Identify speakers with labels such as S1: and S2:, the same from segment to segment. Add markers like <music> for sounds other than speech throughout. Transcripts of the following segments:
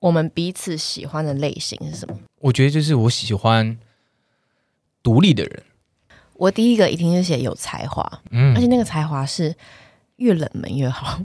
S1: 我们彼此喜欢的类型是什么？
S2: 我觉得就是我喜欢独立的人，
S1: 我第一个一定是写有才华，
S2: 嗯
S1: 而且那个才华是越冷门越好。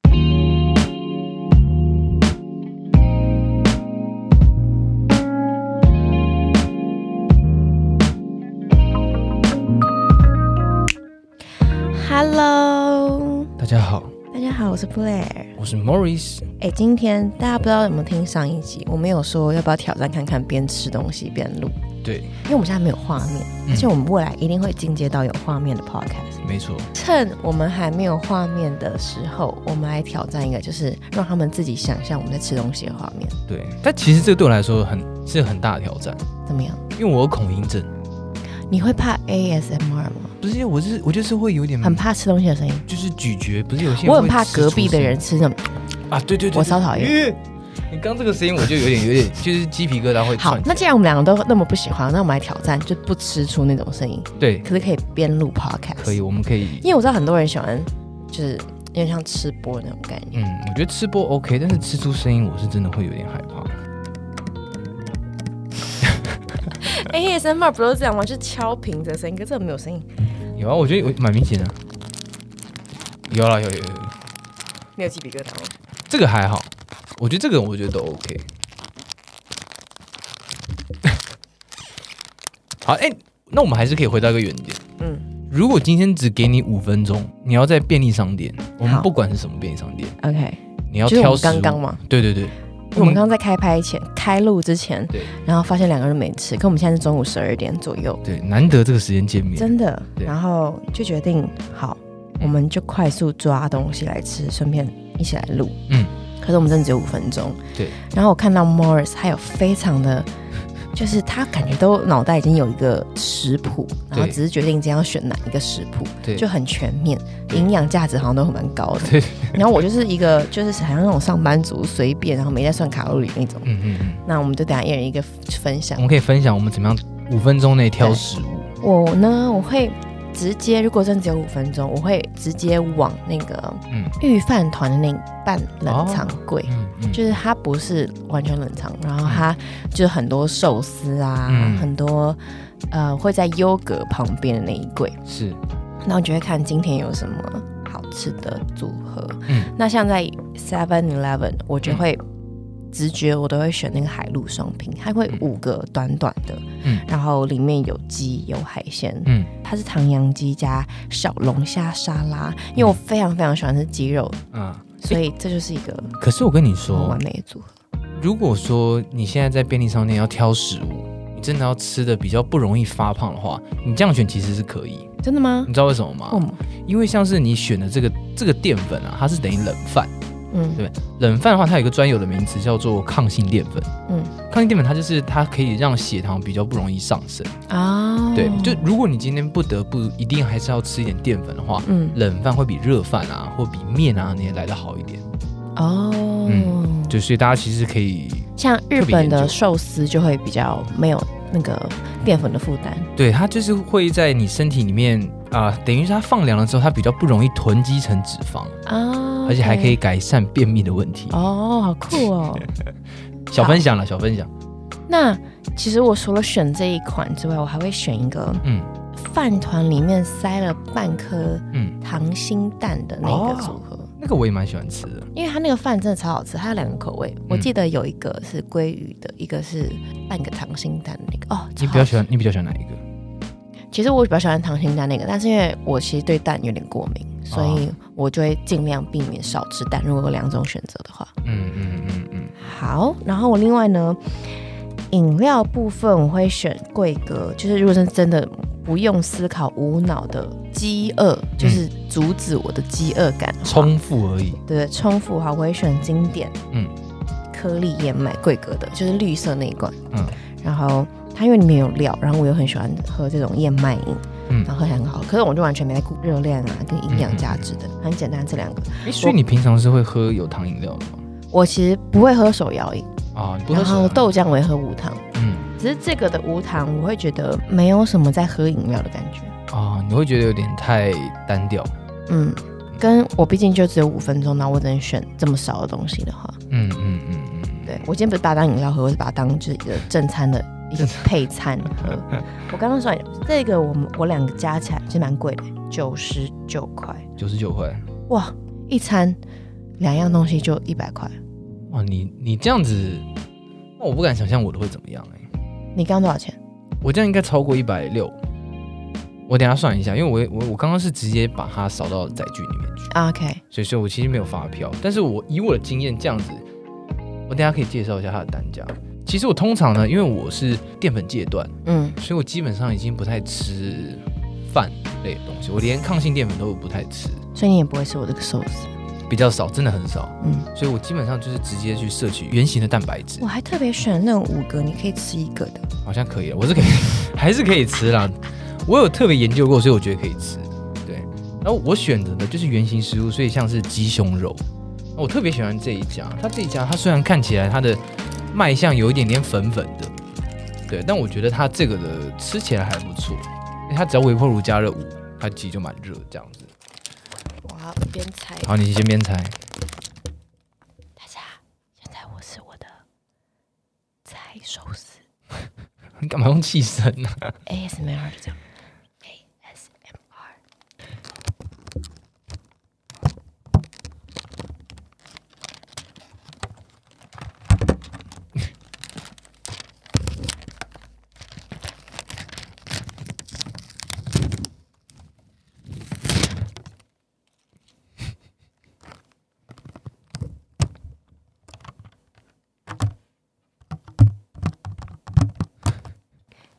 S1: Hello，
S2: 大家好，
S1: 大家好，我是 Blair。
S2: 我是 Morris，
S1: 哎，今天大家不知道有没有听上一集，我们有说要不要挑战看看边吃东西边录，
S2: 对，
S1: 因为我们现在没有画面，
S2: 嗯
S1: 而且我们未来一定会进阶到有画面的 podcast。
S2: 没错，
S1: 趁我们还没有画面的时候，我们来挑战一个，就是让他们自己想象我们在吃东西的画面，
S2: 对。但其实这个对我来说很是很大的挑战，
S1: 怎么样？
S2: 因为我有恐音症，
S1: 你会怕 ASMR 吗？
S2: 不是因为我是我就是会有点
S1: 很怕吃东西的声音。
S2: 就是咀嚼，不是有些人
S1: 我很
S2: 嗯会
S1: 怕
S2: 吃
S1: 隔
S2: 出
S1: 壁的
S2: 声
S1: 人吃什么，
S2: 啊，对对对，
S1: 我超讨厌。
S2: 厌。你刚这个声音我就有点有 <laughs> 点就是鸡皮疙瘩会
S1: 好
S2: 窜，起
S1: 那
S2: 来。
S1: 既然我们两个都那么不喜欢，那我们来挑战，就不吃出那种声音，
S2: 对，
S1: 可是可以边录 podcast。
S2: 可以，，我们可以，
S1: 因为我知道很多人喜欢，就是有点像吃播那种概
S2: <laughs>
S1: 念。
S2: 嗯，我觉得吃播 OK，但是吃出声音我是真的会有点害怕。
S1: ASMR 不是这样吗？就是敲瓶子的声音，可是这没有声音，
S2: 有啊，我觉得我蛮明显的。有啦，有有有有，
S1: 没有鸡皮疙瘩吗？
S2: 这个还好，我觉得这个我觉得都 OK。好，哎、那我们还是可以回到一个原点。
S1: 嗯。
S2: 如果今天只给你五分钟，你要在便利商店，我们
S1: 好
S2: 不管是什么便利商店，
S1: OK，
S2: 你要
S1: 就是我
S2: 挑
S1: 们
S2: 食物。嗯
S1: 刚刚嘛，
S2: 对对对，
S1: 我们刚刚在开拍前、开录之前，
S2: 对
S1: 然后发现两个人没吃，跟我们现在是中午十二点左右，
S2: 对，难得这个时间见面，
S1: 真的。
S2: 对
S1: 然后就决定好，我们就快速抓东西来吃，顺便一起来录。
S2: 嗯，
S1: 可是我们真的只有五分钟。
S2: 对。
S1: 然后我看到 Morris 他有非常的， <laughs> 就是他感觉都脑袋已经有一个食谱，然后
S2: 对
S1: 只是决定今天要选哪一个食谱。
S2: 对，
S1: 就很全面，
S2: 对
S1: 营养价值好像都蛮高的
S2: 对。
S1: 然后我就是一个就是好像那种上班族随便，然后没在算卡路里那种。
S2: 嗯嗯嗯，
S1: 那我们就等一下一人一个分享
S2: 我。们可以分享我们怎么样五分钟内挑食物。
S1: 我呢，我会直接，如果真的只有五分钟，我会直接往那个
S2: 嗯
S1: 御饭团的那半冷藏柜，
S2: 嗯嗯，
S1: 就是它不是完全冷藏，然后它就是很多寿司啊，
S2: 嗯
S1: 很多呃会在优格旁边的那一柜，
S2: 是
S1: 那我就会看今天有什么好吃的组合。
S2: 嗯
S1: 那像在 Seven Eleven，我就会直觉我都会选那个海陆双拼，它会五个短短的，
S2: 嗯
S1: 然后里面有鸡有海鲜，
S2: 嗯
S1: 它是唐扬鸡加小龙虾沙拉，
S2: 嗯
S1: 因为我非常非常喜欢吃鸡肉，
S2: 啊。
S1: 所以这就是一个
S2: 可是我跟你
S1: 很
S2: 说
S1: 完，美的组合。
S2: 如果说你现在在便利商店要挑食物，你真的要吃的比较不容易发胖的话，你这样选其实是可以。
S1: 真的吗？
S2: 你知道为什么吗？
S1: 嗯
S2: 因为像是你选的这个这个淀粉啊，它是等于冷饭。
S1: 嗯
S2: 对冷饭的话，它有一个专有的名词叫做抗性淀粉。
S1: 嗯，
S2: 抗性淀粉它就是它可以让血糖比较不容易上升。
S1: 啊，
S2: 对，就如果你今天不得不一定还是要吃一点淀粉的话，
S1: 嗯
S2: 冷饭会比热饭啊，或比面啊那些来的好一点。
S1: 哦。
S2: 嗯就所以大家其实可以
S1: 像日
S2: 特别
S1: 本
S2: 研
S1: 的
S2: 究
S1: 寿司就会比较没有那个淀粉的负担，
S2: 对它就是会在你身体里面啊、等于是它放凉了之后，它比较不容易囤积成脂肪，
S1: 啊，
S2: 而且还可
S1: OK
S2: 以改善便秘的问题。
S1: 哦，好酷
S2: <laughs>
S1: 哦！
S2: 小分享了，小分享。
S1: 那其实我除了选这一款之外，我还会选一个
S2: 嗯
S1: 饭团里面塞了半颗
S2: 嗯，
S1: 溏心蛋的那个组合，
S2: 那个我也蛮喜欢吃的。
S1: 因为它那个饭真的超好吃，它有两个口味，
S2: 嗯
S1: 我记得有一个是鲑鱼的，一个是半个溏心蛋的那个哦。
S2: 你
S1: 超好
S2: 比较
S1: 吃
S2: 喜欢？你比较喜欢哪一个？
S1: 其实我比较喜欢溏心蛋那个，但是因为我其实对蛋有点过敏，所以我就会尽量避免少吃蛋。如果有两种选择的话，
S2: 嗯嗯嗯嗯，
S1: 好，然后我另外呢，饮料部分我会选贵格，就是如果是真的不用思考、无脑的饥饿，就是阻止我的饥饿感的话，
S2: 冲腹而已。
S1: 对冲腹哈，我会选经典，
S2: 嗯
S1: 嗯，颗粒燕麦贵格的，就是绿色那一罐，
S2: 嗯
S1: 嗯，然后它因为里面有料，然后我又很喜欢喝这种燕麦饮，
S2: 嗯
S1: 嗯，然后喝起来很好，可是我就完全没在顾热量啊跟营养价值的，很简单这两个，
S2: 诶所以你平常是会喝有糖饮料的吗？
S1: 我其实不会喝手摇饮，
S2: 啊，你不喝
S1: 然
S2: 水啊
S1: 后豆浆我也喝无糖。
S2: 嗯
S1: 只是这个的无糖，我会觉得没有什么在喝饮料的感觉。
S2: 啊，你会觉得有点太单调。
S1: 嗯，跟我毕竟就只有五分钟，那我只能选这么少的东西的话，
S2: 嗯嗯嗯嗯，
S1: 对。我今天不是把它当饮料喝，我是把它当就是一个正餐的一个配餐喝。我刚刚算这个我，们我两个加起来其实蛮贵的，九十九块，
S2: 九十九块。
S1: 哇，一餐两样东西就一百块。
S2: 哇，哦你你这样子，那我不敢想象我的会怎么样哎、
S1: 你刚刚多少钱？
S2: 我这样应该超过一百六。我等一下算一下，因为我我我刚刚是直接把它扫到载具里面去，
S1: 啊 OK，
S2: 所以所以我其实没有发票，但是我以我的经验这样子，我等一下可以介绍一下它的单价。其实我通常呢，因为我是淀粉戒断，
S1: 嗯，
S2: 所以我基本上已经不太吃饭类的东西，我连抗性淀粉都不太吃，
S1: 所以你也不会吃我这个寿司。
S2: 比较少，真的很少。
S1: 嗯，
S2: 所以我基本上就是直接去摄取原型的蛋白质
S1: 我，还特别选那种五个你可以吃一个的。
S2: 好像可以啊了，我是可以， <laughs> 还是可以吃啦。我有特别研究过，所以我觉得可以吃。对，然后我选择的就是原型食物，所以像是鸡胸肉，我特别喜欢这一家。它这一家，它虽然看起来它的卖相有一点点粉粉的，对，但我觉得它这个的吃起来还不错，因为它只要微波炉加热五，它其实就蛮热这样子。
S1: 我要边猜
S2: 好，你先边猜。
S1: 大家，现在我是我的猜寿司
S2: 你干嘛用气声啊呢、
S1: ASMR 就这样。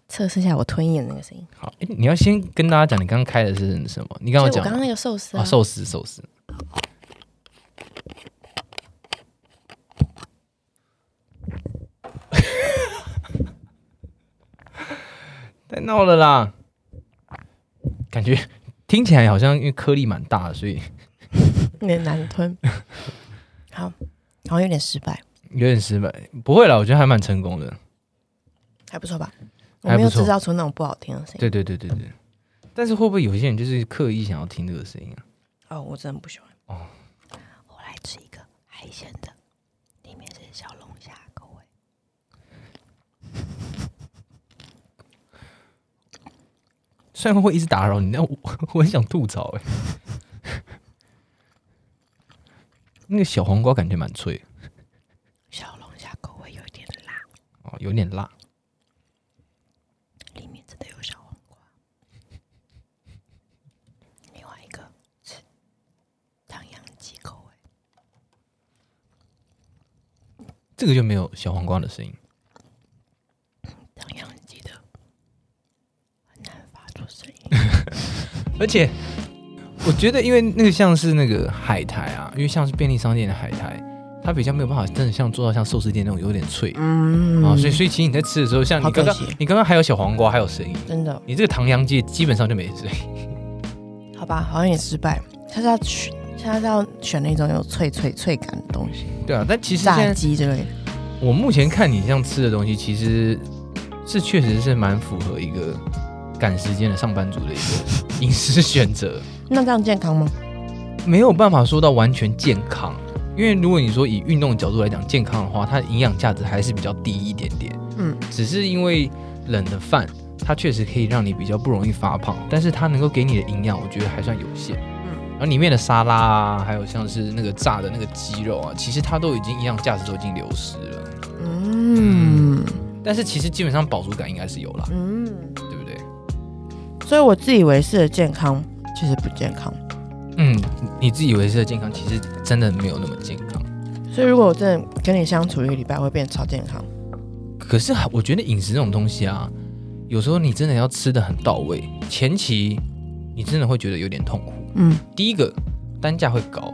S1: 测试一下我吞咽的那个声音。
S2: 好、诶你要先跟大家讲，你刚刚开的是什么？你刚
S1: 所
S2: 刚
S1: 以我
S2: 讲
S1: 刚刚那个寿司
S2: 啊，
S1: 啊，
S2: 寿司寿司。 <laughs> 太闹了啦！感觉听起来好像因为颗粒蛮大的，所以
S1: 有点难
S2: <laughs>
S1: 吞。好，然后有点失败，
S2: 有点失败。不会啦，我觉得还蛮成功的。
S1: 还不错吧？我
S2: 还不错
S1: 没有制造出那种不好听的声音。
S2: 对对对对对。但是会不会有一些人就是刻意想要听这个声音啊？
S1: 哦，我真的不喜欢。
S2: 哦
S1: 我来吃一个海鲜的，里面是小龙虾口味。
S2: 虽然会一直打扰你，但我 <laughs> 我很想吐槽哎、 <laughs> 那个小黄瓜感觉蛮脆的
S1: 小龙虾口味有一点辣，
S2: 哦，有点辣。
S1: 里面真的有小黄瓜。另外一个是唐扬鸡口味。
S2: 这个就没有小黄瓜的声音。
S1: 唐扬鸡的很难发出声音。
S2: 而且我觉得，因为那个像是那个海苔啊，因为像是便利商店的海苔，它比较没有办法真的像做到像寿司店那种有点脆啊、
S1: 嗯
S2: 所以所以其实你在吃的时候，像你
S1: 好可
S2: 刚刚
S1: 惜
S2: 你刚刚还有小黄瓜，还有声音。
S1: 真的
S2: 你这个唐扬鸡基本上就没声音， <laughs>
S1: 好吧，好像也失败。下次要选，下次要选那种有脆脆脆感的东西，
S2: 对啊。但其实现
S1: 炸
S2: 在
S1: 鸡之类的。
S2: 我目前看你这样吃的东西，其实是确实是蛮符合一个赶时间的上班族的一个 <laughs> 饮食选择。
S1: 那这样健康吗？
S2: 没有办法说到完全健康，因为如果你说以运动的角度来讲健康的话，它的营养价值还是比较低一点点。
S1: 嗯，
S2: 只是因为冷的饭，它确实可以让你比较不容易发胖，但是它能够给你的营养，我觉得还算有限。嗯
S1: 嗯，
S2: 然后里面的沙拉啊，还有像是那个炸的那个鸡肉啊，其实它都已经营养价值都已经流失了。
S1: 嗯
S2: 但是其实基本上饱足感应该是有啦，
S1: 嗯，
S2: 对不对？
S1: 所以我自以为是的健康，其实不健康。
S2: 嗯，你自以为是的健康，其实真的没有那么健康。
S1: 所以如果我真的跟你相处一个礼拜，会变得超健康。
S2: 可是我觉得饮食这种东西啊，有时候你真的要吃的很到位，前期你真的会觉得有点痛苦。
S1: 嗯，
S2: 第一个单价会高，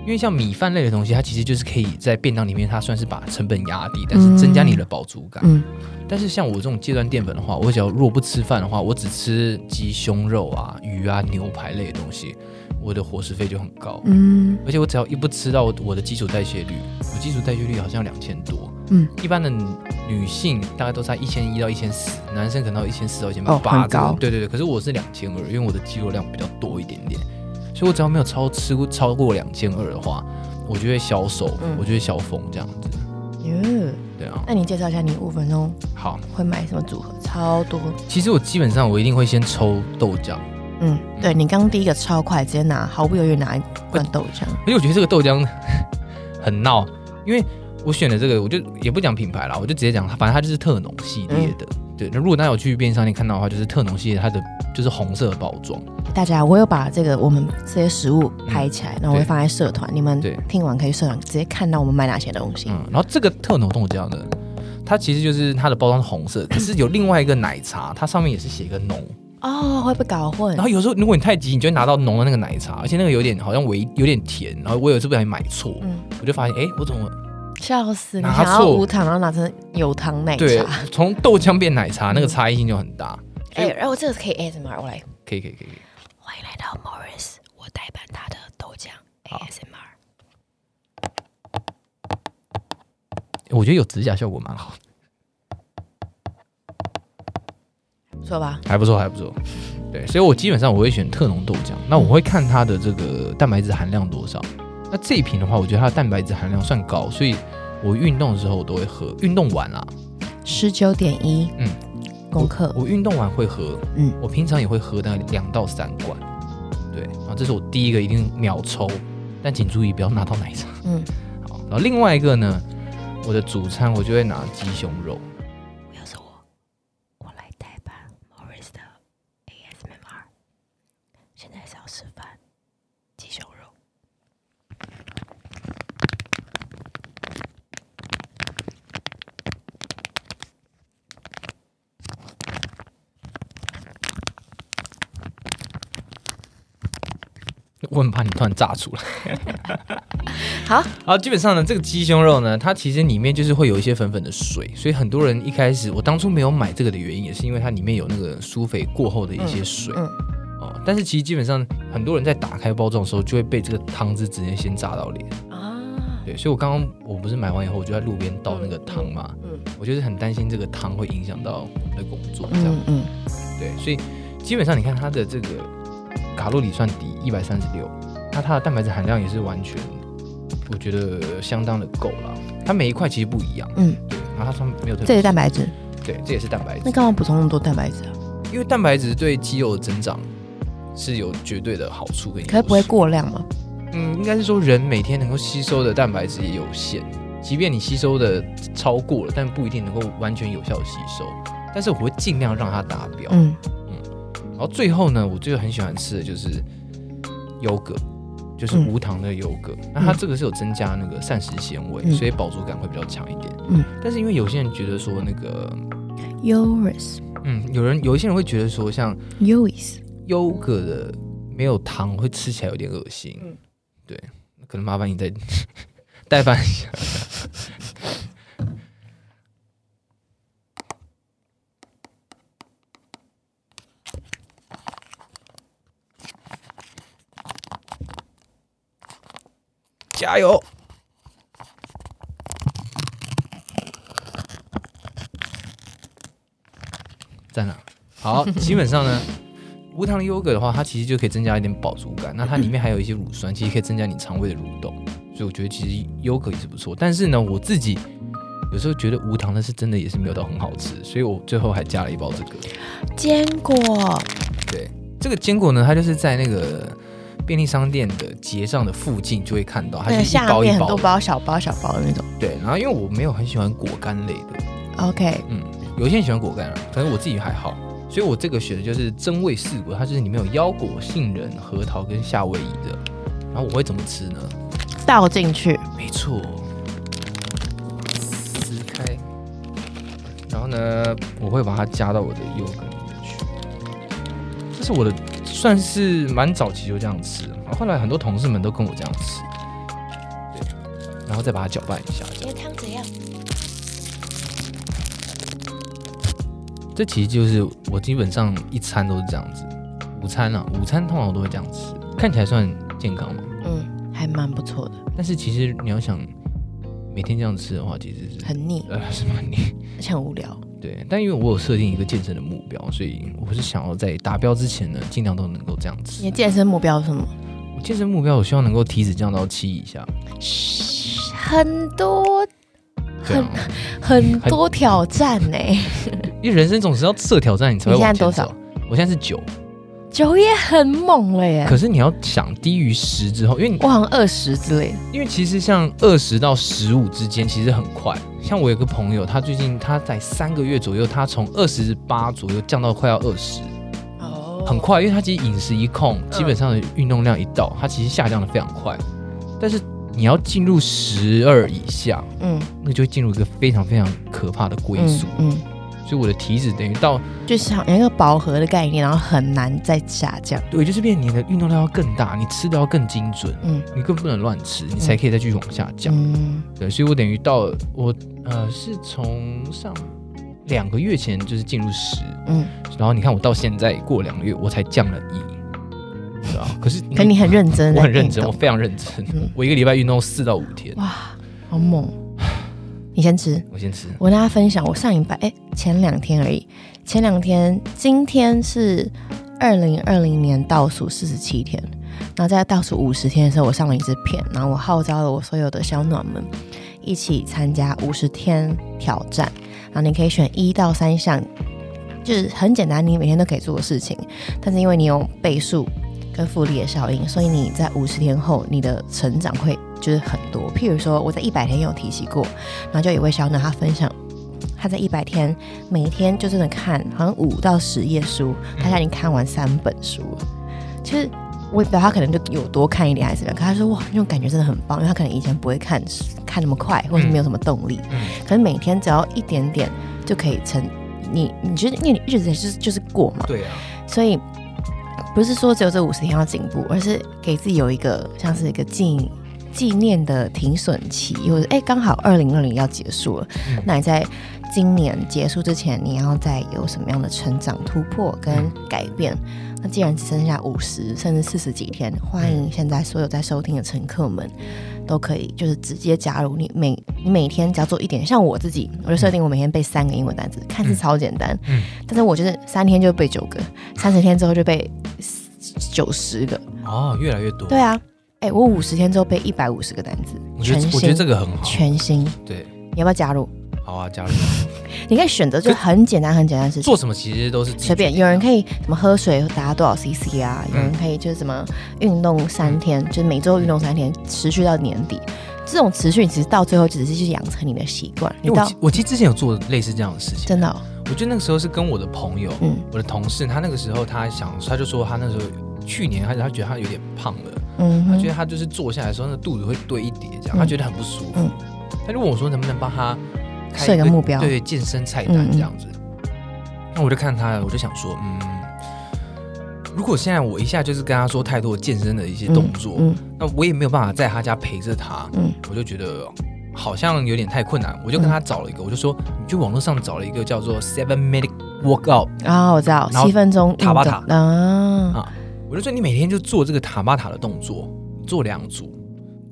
S2: 因为像米饭类的东西，它其实就是可以在便当里面，它算是把成本压低，但是增加你的饱足感。
S1: 嗯
S2: 但是像我这种戒断淀粉的话，我只要如果不吃饭的话，我只吃鸡胸肉啊、鱼啊、牛排类的东西，我的伙食费就很高。
S1: 嗯
S2: 而且我只要一不吃到我的基础代谢率，我基础代谢率好像两千多，
S1: 嗯，
S2: 一般的女性大概都在一千一到一千四，男生可能到一千四到一千
S1: 哦
S2: 八，
S1: 很高
S2: 对对对，可是我是两千二，因为我的肌肉量比较多一点点，所以我只要没有超吃过超过两千二的话，我就会消瘦，
S1: 嗯
S2: 我就会消风这样子。
S1: 嗯，
S2: 对啊，
S1: 那你介绍一下你五分钟
S2: 好，
S1: 会买什么组合？超多，
S2: 其实我基本上我一定会先抽豆浆，
S1: 嗯，对你刚刚第一个超快，直接拿毫不犹豫拿一罐豆浆，
S2: 而哎且我觉得这个豆浆 <laughs> 很闹，因为我选的这个，我就也不讲品牌啦，我就直接讲，它，反正它就是特浓系列的。
S1: 嗯
S2: 对，那如果大家有去便利商店看到的话，就是特浓系列，它的就是红色的包装。
S1: 大家，我有把这个我们这些食物拍起
S2: 嗯
S1: 来，然后我会放在社团，你们
S2: 对
S1: 听完可以社团直接看到我们买哪些东西。
S2: 嗯，然后这个特浓豆浆呢，它其实就是它的包装是红色，可是有另外一个奶茶，它上面也是写一个浓。
S1: 哦，会被搞混
S2: 然。后有时候如果你太急，你就会拿到浓的那个奶茶，而且那个有点好像微有点甜。然后我有一次不小心买错，
S1: 嗯，
S2: 我就发现哎，我怎么
S1: 笑死！你
S2: 拿
S1: 想要
S2: 错
S1: 无糖，然后拿成有糖奶
S2: 对
S1: 茶。
S2: 从豆浆变奶茶，那个差异性就很大。
S1: 哎，然后这个可以 ASMR，我来。
S2: 可以可以可以，可以
S1: 欢迎来到 Morris，我代班他的豆浆 ASMR。
S2: 我觉得有指甲效果蛮好，
S1: 不错吧？
S2: 还不错还不错。对，所以我基本上我会选特浓豆浆，那我会看它的这个蛋白质含量多少。那这一瓶的话，我觉得它的蛋白质含量算高，所以我运动的时候我都会喝，运动完啦、啊
S1: 十九点一，
S2: 嗯，
S1: 功课
S2: 我运动完会喝，
S1: 嗯
S2: 嗯，我平常也会喝大概两到三罐，对，然后这是我第一个一定秒抽，但请注意不要拿到奶茶，
S1: 嗯
S2: 嗯，好，然后另外一个呢，我的主餐我就会拿鸡胸肉，
S1: 又是我，我来代班 Morris 的 ASMR。现在是要示范鸡胸肉。
S2: 我很怕你突然炸出来。
S1: 好，
S2: 好，基本上呢，这个鸡胸肉呢，它其实里面就是会有一些粉粉的水，所以很多人一开始我当初没有买这个的原因，也是因为它里面有那个苏肥过后的一些水。
S1: 嗯
S2: 哦，但是其实基本上很多人在打开包装的时候，就会被这个汤汁直接先炸到脸。
S1: 啊，
S2: 对，所以我刚刚我不是买完以后，我就在路边倒那个汤嘛，
S1: 嗯
S2: 我就是很担心这个汤会影响到我们的工作，这样、
S1: 嗯嗯，
S2: 对，所以基本上你看它的这个卡路里算低，一百三十六，那它的蛋白质含量也是完全，我觉得相当的够了。它每一块其实不一样，
S1: 嗯，
S2: 对，然后它上面没有特
S1: 这
S2: 别，
S1: 是蛋白质，
S2: 对，这也是蛋白质
S1: 那，干嘛补充那么多蛋白质啊？
S2: 因为蛋白质对肌肉的增长是有绝对的好处跟优势，
S1: 可是不会过量吗？
S2: 嗯，应该是说人每天能够吸收的蛋白质也有限，即便你吸收的超过了，但不一定能够完全有效的吸收。但是我会尽量让它达标。
S1: 嗯，
S2: 然后最后呢，我最很喜欢吃的就是优格，就是
S1: 嗯
S2: 无糖的优格。那它这个是有增加那个膳食纤维，
S1: 嗯
S2: 所以饱足感会比较强一点。
S1: 嗯，
S2: 但是因为有些人觉得说那个，
S1: Yoris
S2: 嗯，有人有一些人会觉得说，像
S1: Yoris，
S2: 优格的没有糖会吃起来有点恶心。
S1: 嗯
S2: 对，可能麻烦你再 <laughs> 代办一下。加油！在哪？好，基本上呢，无糖的优格的话，它其实就可以增加一点饱足感。那它里面还有一些乳酸，其实可以增加你肠胃的蠕动。所以我觉得其实优格也是不错。但是呢，我自己有时候觉得无糖的是真的也是没有到很好吃，所以我最后还加了一包这个。
S1: 坚果，
S2: 对，这个坚果呢，它就是在那个便利商店的结账的附近就会看到，它
S1: 那
S2: 就
S1: 个
S2: 是一
S1: 下
S2: 包
S1: 面
S2: 一
S1: 很多
S2: 包的。
S1: 包小包小包的那种。
S2: 对，然后因为我没有很喜欢果干类的，
S1: OK，
S2: 嗯，有些人喜欢果干啊，可是我自己还好，所以我这个选的就是真味四果，它就是里面有腰果、杏仁、核桃跟夏威夷的。然后我会怎么吃呢？
S1: 倒进去，
S2: 没错，撕开，然后呢，我会把它加到我的右根里面去。这是我的，算是蛮早期就这样吃，然后后来很多同事们都跟我这样吃，对，然后再把它搅拌一下，这样。
S1: 为汤怎样？
S2: 这其实就是我基本上一餐都是这样子，午餐啊，午餐通常我都会这样吃，看起来算健康嘛。
S1: 嗯，还蛮不错的，
S2: 但是其实你要想每天这样吃的话，其实是
S1: 很腻，
S2: 呃是蛮腻。
S1: 而且很无聊。
S2: 对，但因为我有设定一个健身的目标，所以我是想要在达标之前呢，尽量都能够这样
S1: 你
S2: 吃
S1: 的。健身目标是什么？
S2: 我健身目标，我希望能够体脂降到七以下。
S1: 嘘很多，
S2: 对啊，
S1: 很多挑战呢、
S2: <laughs> 因为人生总是要设挑战，你才会
S1: 你现在
S2: 往前
S1: 多少
S2: 走。我现在是九，
S1: 酒也很猛了耶，
S2: 可是你要想低于十之后，因为你
S1: 我好像二十之类的。
S2: 因为其实像二十到十五之间，其实很快。像我有个朋友，他最近他在三个月左右，他从二十八左右降到快要二十，
S1: 哦
S2: 很快。因为他其实饮食一控，基本上的运动量一到，他其实下降的非常快。但是你要进入十二以下，
S1: 嗯
S2: 那就会进入一个非常非常可怕的龟
S1: 嗯
S2: 速。
S1: 嗯，
S2: 所以我的体脂等于到
S1: 就是好像一个饱和的概念，然后很难再下降。
S2: 对，就是变成你的运动量要更大，你吃的要更精准，
S1: 嗯
S2: 你更不能乱吃，你才可以再继续往下降。
S1: 嗯
S2: 对，所以我等于到我呃是从上两个月前就是进入十，
S1: 嗯，
S2: 然后你看我到现在过两个月我才降了一，对啊，可是
S1: 可你很认真，
S2: 我很认真，我。非常认真，
S1: 嗯
S2: 我一个礼拜运动四到五天，
S1: 哇，好
S2: <sighs>
S1: 猛！你先吃，
S2: 我先吃，
S1: 我跟大家分享，我上一拜哎、前两天而已，前两天，今天是二零二零年倒数四十七天，然后在倒数五十天的时候，我上了一支片，然后我号召了我所有的小暖们一起参加五十天挑战，然后你可以选一到三项，就是很简单，你每天都可以做的事情，但是因为你有倍数跟复利的效应，所以你在五十天后，你的成长会就是很多。譬如说，我在一百天有提及过，然后就有一位小暖她分享，她在一百天每一天就真的看好像五到十页书，她现在已经看完三本书了。其实我也不知道她可能就有多看一点还是怎么样，可她说哇，那种感觉真的很棒，因为她可能以前不会看看那么快，或者是没有什么动力，
S2: 嗯
S1: 可是每天只要一点点就可以成。你你觉得因为你日子就是就是过嘛，
S2: 对啊，
S1: 所以不是说只有这五十天要进步，而是给自己有一个像是一个纪纪念的停损期，或者哎刚好二零二零要结束了，
S2: 嗯
S1: 那你在今年结束之前，你要再有什么样的成长、突破跟
S2: 嗯
S1: 改变？那既然只剩下五十甚至四十几天，欢迎现在所有在收听的乘客们。都可以，就是直接加入你每你每天只要做一点，像我自己，我就设定我每天背三个英文单词，看似超简单，
S2: 嗯
S1: 但是我就是三天就背九个，三十天之后就背九十个，
S2: 哦，越来越多，
S1: 对啊，哎、我五十天之后背一百五十个单词，
S2: 我觉
S1: 全
S2: 得
S1: 新，
S2: 我觉得这个很好，
S1: 全新，
S2: 对，
S1: 你要不要加入？
S2: 好啊，加入
S1: 你可以选择就很简单很简单的事情
S2: 做。什么其实都是自己
S1: 随便，
S2: 决定
S1: 有
S2: 的嗯
S1: 人可以怎么喝水打多少 CC 啊？有人可以就是什么运动三天，就是每周运动三天，持续到年底。这种持续，其实到最后只是去养成你的习惯。你
S2: 因为我
S1: 到
S2: 其我其实之前有做类似这样的事情，
S1: 真的哦、
S2: 我觉得那个时候是跟我的朋友，
S1: 嗯
S2: 我的同事，他那个时候他想，他就说他那时候去年他他觉得他有点胖了，
S1: 嗯
S2: 他
S1: 哼，
S2: 觉得他就是坐下来的时候那肚子会堆一叠这样，
S1: 嗯
S2: 他觉得很不舒服，
S1: 嗯
S2: 他就问我说能不能帮他开
S1: 设
S2: 一
S1: 个目标
S2: 对健身菜单
S1: 嗯嗯
S2: 这样子。那我就看他，我就想说，嗯，如果现在我一下就是跟他说太多健身的一些动作，
S1: 嗯
S2: 那我也没有办法在他家陪着他，
S1: 嗯
S2: 我就觉得好像有点太困难，我就跟他找了一个，我就说你去网络上找了一个叫做 Seven Minute Workout，
S1: 嗯，啊、我知道，
S2: 然后
S1: 七分钟运
S2: 塔
S1: 动
S2: 巴塔
S1: 啊，
S2: 我就说你每天就做这个塔巴塔的动作，做两组。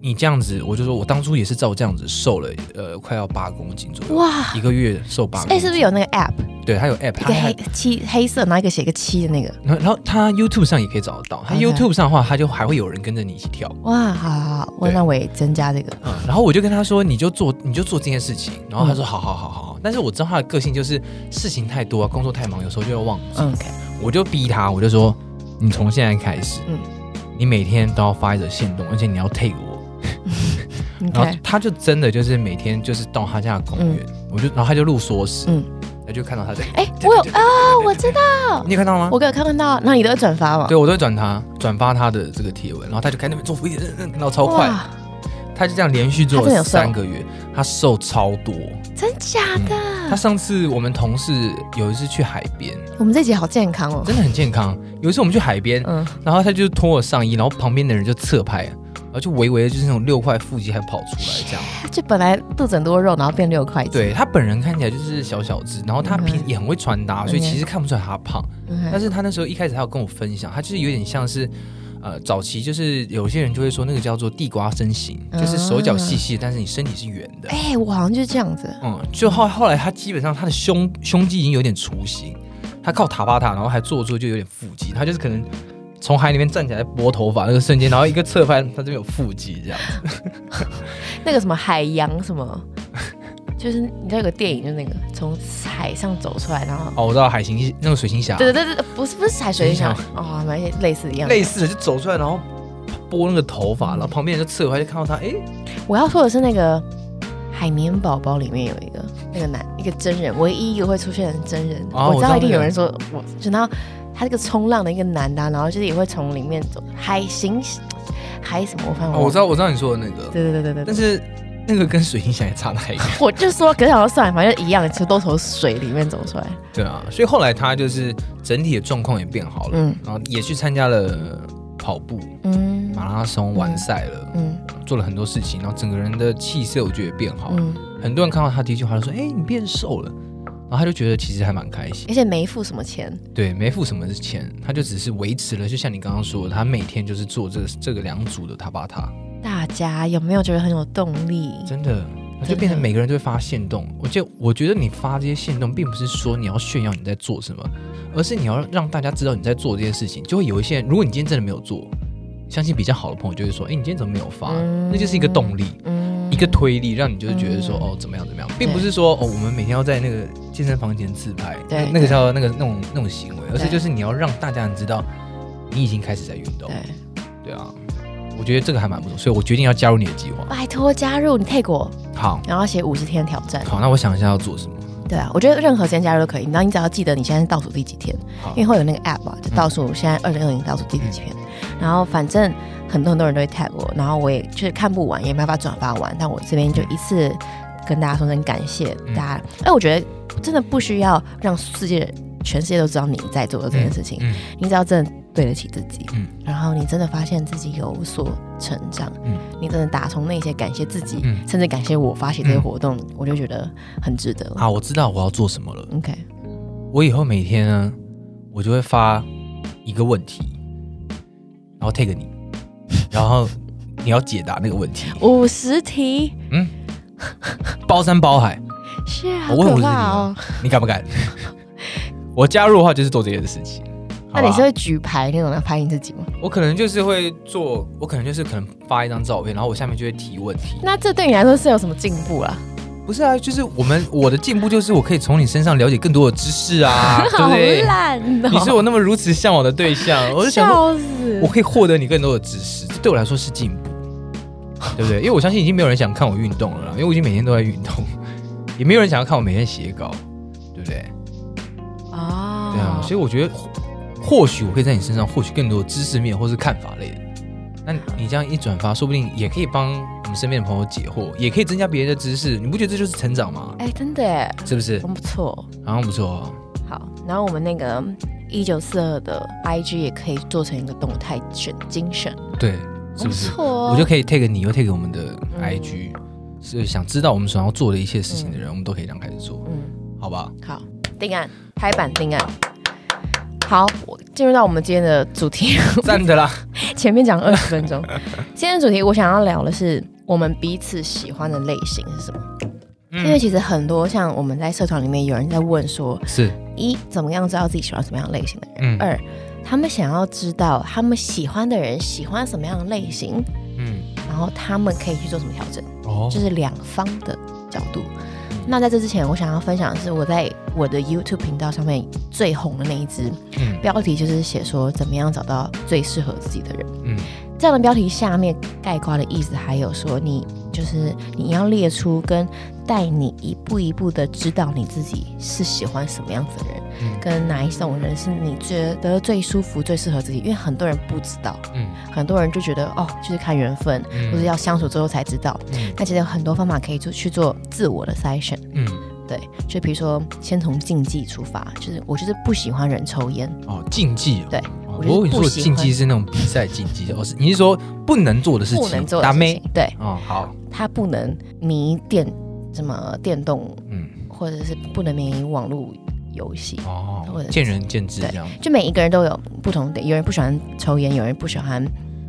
S2: 你这样子，我就说我当初也是照这样子瘦了，呃，快要八公斤左右，
S1: 哇
S2: 一个月瘦八公
S1: 哎、
S2: 斤。
S1: 是不是有那个 app？
S2: 对，它有 app，
S1: 一
S2: 它
S1: 个黑
S2: 还
S1: 七黑色，然后一个写一个七的那个。
S2: 然后然后它 YouTube 上也可以找得到。它
S1: OK
S2: YouTube 上的话，它就还会有人跟着你一起跳。
S1: 哇，好好好，我
S2: 对
S1: 那我也增加这个。
S2: 嗯，然后我就跟他说，你就做，你就做这件事情。
S1: 嗯
S2: 然后他说，好好好好好。但是我知道他的个性就是事情太多啊，工作太忙，有时候就会忘记。
S1: OK，
S2: 我就逼他，我就说，你从现在开始，
S1: 嗯
S2: 你每天都要发一则线动，而且你要 take 我。
S1: 你
S2: 然后
S1: 看，
S2: 他就真的就是每天就是到他家的公园，我就然后他就录缩时，
S1: 嗯
S2: 嗯，他就看到他在，
S1: 哎、
S2: 对
S1: 我有
S2: 对对
S1: 啊，
S2: 对对
S1: 我
S2: 对
S1: 知道，
S2: 你有看到吗？
S1: 哦我给我看看到，那你都有转发嘛？
S2: 对，我都会转他转发他的这个贴文，然后他就开始那边做腹肌，嗯嗯然后超快，
S1: 哇，
S2: 他就这样连续做
S1: 他真的
S2: 了
S1: 有瘦嗯
S2: 三个月，他瘦超多。
S1: 真假的？
S2: 他上次我们同事有一次去海边，
S1: 我们这集好健康哦。
S2: 真的很健康。有一次我们去海边，
S1: 嗯，
S2: 然后他就脱了上衣，然后旁边的人就侧拍，然后就微微的就是那种六块腹肌还跑出来这样。
S1: 就本来肚子很多肉，然后变六块肌。
S2: 对他本人看起来就是小小只，然后他平
S1: OK
S2: 也很会穿搭，所以
S1: OK
S2: 其实看不出来他胖。
S1: 嗯，
S2: 但是他那时候一开始他有跟我分享，他就是有点像是，呃，早期就是有些人就会说那个叫做地瓜身形，就是手脚细细，但是你身体是圆
S1: 嗯
S2: 的。
S1: 哎、我好像就是这样子。
S2: 嗯，就后后来他基本上他的胸胸肌已经有点雏形，他靠塔巴塔，然后还做出就有点腹肌，他就是可能。从海里面站起来拨头发那个瞬间，然后一个
S1: <laughs>
S2: 侧翻，他这边有腹肌这样子。
S1: 那个什么海洋什么 <laughs> 就是你知道有个电影，就那个从海上走出来，然后
S2: 哦，我知道海星那个水星侠，
S1: 对对对对，不是不是海水
S2: 水
S1: 想
S2: 想
S1: 哦，蛮类似一样的。
S2: 类似的就走出来，然后拨那个头发，然后旁边人就侧过来就看到他，哎、
S1: 我要说的是那个《海绵宝宝》里面有一个那个男一个真人，唯一一个会出现的真人。
S2: 哦
S1: 我知道
S2: 我知道
S1: 一定
S2: 那个
S1: 有人说我，就然后他这个冲浪的一个男的啊、然后就是也会从里面走海行海什么，我反正
S2: 哦，我知道，我知道你说的那个，
S1: 对对对对对对。
S2: 但是那个跟水星侠也差
S1: <laughs>
S2: 太远，
S1: 我就说，可是好像算了，反正就一样，其实都从水里面走出来。
S2: 对啊，所以后来他就是整体的状况也变好了，
S1: 嗯
S2: 然后也去参加了跑步
S1: 嗯
S2: 马拉松，完赛了，
S1: 嗯
S2: 做了很多事情，然后整个人的气色我觉得也变好了，
S1: 嗯，
S2: 很多人看到他第一句话就说，哎、你变瘦了。然后他就觉得其实还蛮开心，
S1: 而且没付什么钱。
S2: 对，没付什么钱，他就只是维持了，就像你刚刚说的，他每天就是做这这个两组的塔巴塔，
S1: 大家有没有觉得很有动力？
S2: 真的，那就
S1: 嗯真的
S2: 变成每个人都会发现动。我觉得，我觉得你发这些现动，并不是说你要炫耀你在做什么，而是你要让大家知道你在做这件事情。就会有一些人，如果你今天真的没有做，相信比较好的朋友就会说：“哎、你今天怎么没有发？”
S1: 嗯
S2: 那就是一个动力，
S1: 嗯
S2: 一个推力，让你就是觉得说：“
S1: 嗯
S2: 哦，怎么样怎么样。”并不是说哦，我们每天要在那个健身房前自拍，
S1: 对
S2: 那那个叫那个那种那种行为，而是
S1: 对
S2: 就是你要让大家知道你已经开始在运动
S1: 对。，
S2: 对啊，我觉得这个还蛮不错，所以我决定要加入你的计划。
S1: 拜托加入你泰国，
S2: 好。
S1: 然后写五十天挑战。
S2: 好，那我想一下要做什么。
S1: 对啊，我觉得任何时间加入都可以，然后你只要记得你现在是倒数第几天，
S2: 好
S1: 因为会有那个 app
S2: 嗯
S1: 啊，就倒数现在二零二零倒数第几天，然后反正很多很多人都会 tag 我，然后我也就是看不完，也没办法转发完，但我这边就一次跟大家说声感谢
S2: 嗯
S1: 大家，哎、我觉得真的不需要让世界全世界都知道你在做的这件事情，
S2: 嗯，
S1: 你只要真的对得起自己，
S2: 嗯
S1: 然后你真的发现自己有所成长，
S2: 嗯
S1: 你真的打从内心感谢自己，
S2: 嗯
S1: 甚至感谢我发起这些
S2: 嗯
S1: 活动，我就觉得很值得了。
S2: 啊，我知道我要做什么了。
S1: OK，
S2: 我以后每天呢，我就会发一个问题，然后 take 你， <laughs> 然后你要解答那个问题，
S1: 五十题
S2: 包山包海，
S1: 是啊好
S2: 我问
S1: 可
S2: 五十题
S1: 怕哦
S2: 吗。？你敢不敢？ <laughs> 我加入的话就是做这件事情。
S1: 那
S2: 好吧啊
S1: 你是会举牌那种来拍你自己吗？
S2: 我可能就是会做，我可能就是可能发一张照片，然后我下面就会提问题。
S1: 那这对你来说是有什么进步啦？
S2: 不是啊，就是我们我的进步就是我可以从你身上了解更多的知识
S1: <laughs>
S2: 啊，对
S1: 好
S2: 不对？
S1: 烂哦！
S2: 你是我那么如此向往的对象，我就想说，
S1: 笑死
S2: 我！可以获得你更多的知识，这对我来说是进步，对不对？因为我相信已经没有人想看我运动了啦，因为我已经每天都在运动， <laughs> 也没有人想要看我每天写稿，对不对？
S1: 啊
S2: 对
S1: 哦
S2: 啊，所以我觉得或许我可以在你身上获取更多的知识面或是看法类的。那你这样一转发，说不定也可以帮我们身边的朋友解惑，也可以增加别人的知识。你不觉得这就是成长吗？
S1: 哎，真的耶，
S2: 是不是？
S1: 很不错。
S2: 好像不错哦。
S1: 好，然后我们那个一九四二的 IG 也可以做成一个动态选精神，
S2: 对，是不是
S1: 不？错哦。
S2: 我就可以 take 你，又 take 我们的
S1: 嗯
S2: IG，、是想知道我们想要做的一些事情的人，我们都可以这样开始做，
S1: 嗯，
S2: 好吧？
S1: 好，定案，拍板定案。好，我进入到我们今天的主
S2: <laughs>
S1: 题。
S2: 赞的啦！
S1: 前面讲二十分钟， <laughs> 今天的主题我想要聊的是我们彼此喜欢的类型是什么？
S2: 嗯
S1: 因为其实很多像我们在社团里面有人在问说，
S2: 是，
S1: 一怎么样知道自己喜欢什么样类型的人？
S2: 嗯
S1: 二他们想要知道他们喜欢的人喜欢什么样的类型，
S2: 嗯，
S1: 然后他们可以去做什么调整，
S2: 哦
S1: 就，是两方的角度。那在这之前，我想要分享的是我在我的 YouTube 频道上面最红的那一支，
S2: 嗯
S1: 标题就是写说怎么样找到最适合自己的人。
S2: 嗯
S1: 这样的标题下面概括的意思，还有说你就是你要列出跟带你一步一步的知道你自己是喜欢什么样子的人，
S2: 嗯
S1: 跟哪一种人是你觉得最舒服、最适合自己。因为很多人不知道，
S2: 嗯
S1: 很多人就觉得哦，就是看缘分，
S2: 嗯
S1: 或者要相处之后才知道。
S2: 嗯
S1: 但其实有很多方法可以做去做自我的筛选，
S2: 嗯，
S1: 对，就比如说先从禁忌出发，就是我就是不喜欢人抽烟，
S2: 哦，竞技哦，
S1: 对我
S2: 哦，我
S1: 就是
S2: 以为你
S1: 不
S2: 说的
S1: 喜欢
S2: 竞技是那种比赛竞技，哦，是你是说不能做的事情，
S1: 不能做的
S2: 打
S1: 事
S2: 妹
S1: 情，对，
S2: 哦，好，
S1: 他不能迷电什么电动
S2: 嗯，
S1: 或者是不能免于网络游戏。或
S2: 哦
S1: 者，
S2: 见仁见智
S1: 对
S2: 这样，
S1: 就每一个人都有不同的，有人不喜欢抽烟，有人不喜欢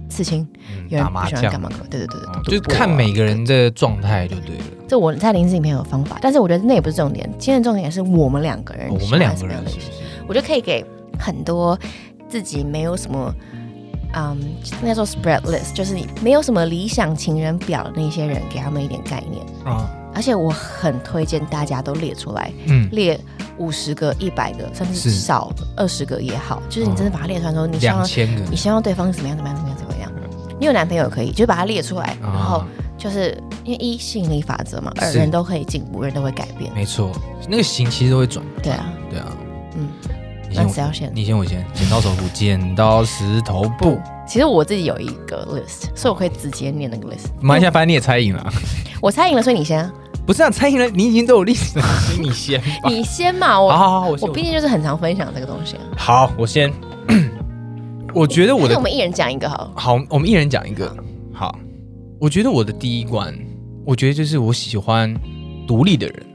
S1: 刺青，
S2: 嗯，
S1: 有人
S2: 打
S1: 不
S2: 麻
S1: 喜欢干
S2: 将，
S1: 嘛干嘛。对对对对，
S2: 哦
S1: 赌
S2: 就是
S1: 博啊
S2: 看每个人的状态就对了。
S1: 这我在林子里面有方法，但是我觉得那也不是重点，今天的重点是我们两个人
S2: 哦我
S1: 喜欢
S2: 们两
S1: 什
S2: 个
S1: 么样
S2: 人
S1: 的
S2: 是
S1: 类
S2: 不
S1: 型
S2: 是？
S1: 我就可以给很多自己没有什么。嗯，那叫做 spread list，就是你没有什么理想情人表的那些人，给他们一点概念。
S2: 啊，
S1: 而且我很推荐大家都列出来，
S2: 嗯，
S1: 列五十个、一百个，甚
S2: 是
S1: 至少二十个也好，就是你真的把它列出来之后，你希
S2: 两
S1: 望嗯
S2: 千个
S1: 你希望对方是怎么样、怎么样、怎么样、怎么样。你有男朋友可以，就是把它列出来，然后
S2: 啊，
S1: 就是因为一吸引力法则嘛，二
S2: 是
S1: 人都可以进步，人都会改变。
S2: 没错，那个型其实都会转，
S1: 对啊，
S2: 对啊，
S1: 嗯，
S2: 你
S1: 那
S2: 先
S1: 谁
S2: 我，
S1: 要先？
S2: 你先我先，剪刀手布，剪刀石头布，
S1: 其实我自己有一个 list，所以我可以直接念那个 list。
S2: 马来西亚反正你也猜赢了啊，
S1: 我猜赢了，所以你先啊，
S2: 不是啊，猜赢了，你已经都有例子了，所以你先吧。
S1: 你先嘛，
S2: 好
S1: 我
S2: 好好，我
S1: 我
S2: 先
S1: 毕竟就是很常分享这个东西啊。
S2: 好，我
S1: <laughs>
S2: 先。我觉得我
S1: 那
S2: 的
S1: 我们一人讲一个好了。
S2: 好，我们一人讲一个。好，我觉得我的第一关，我觉得就是我喜欢独立的人。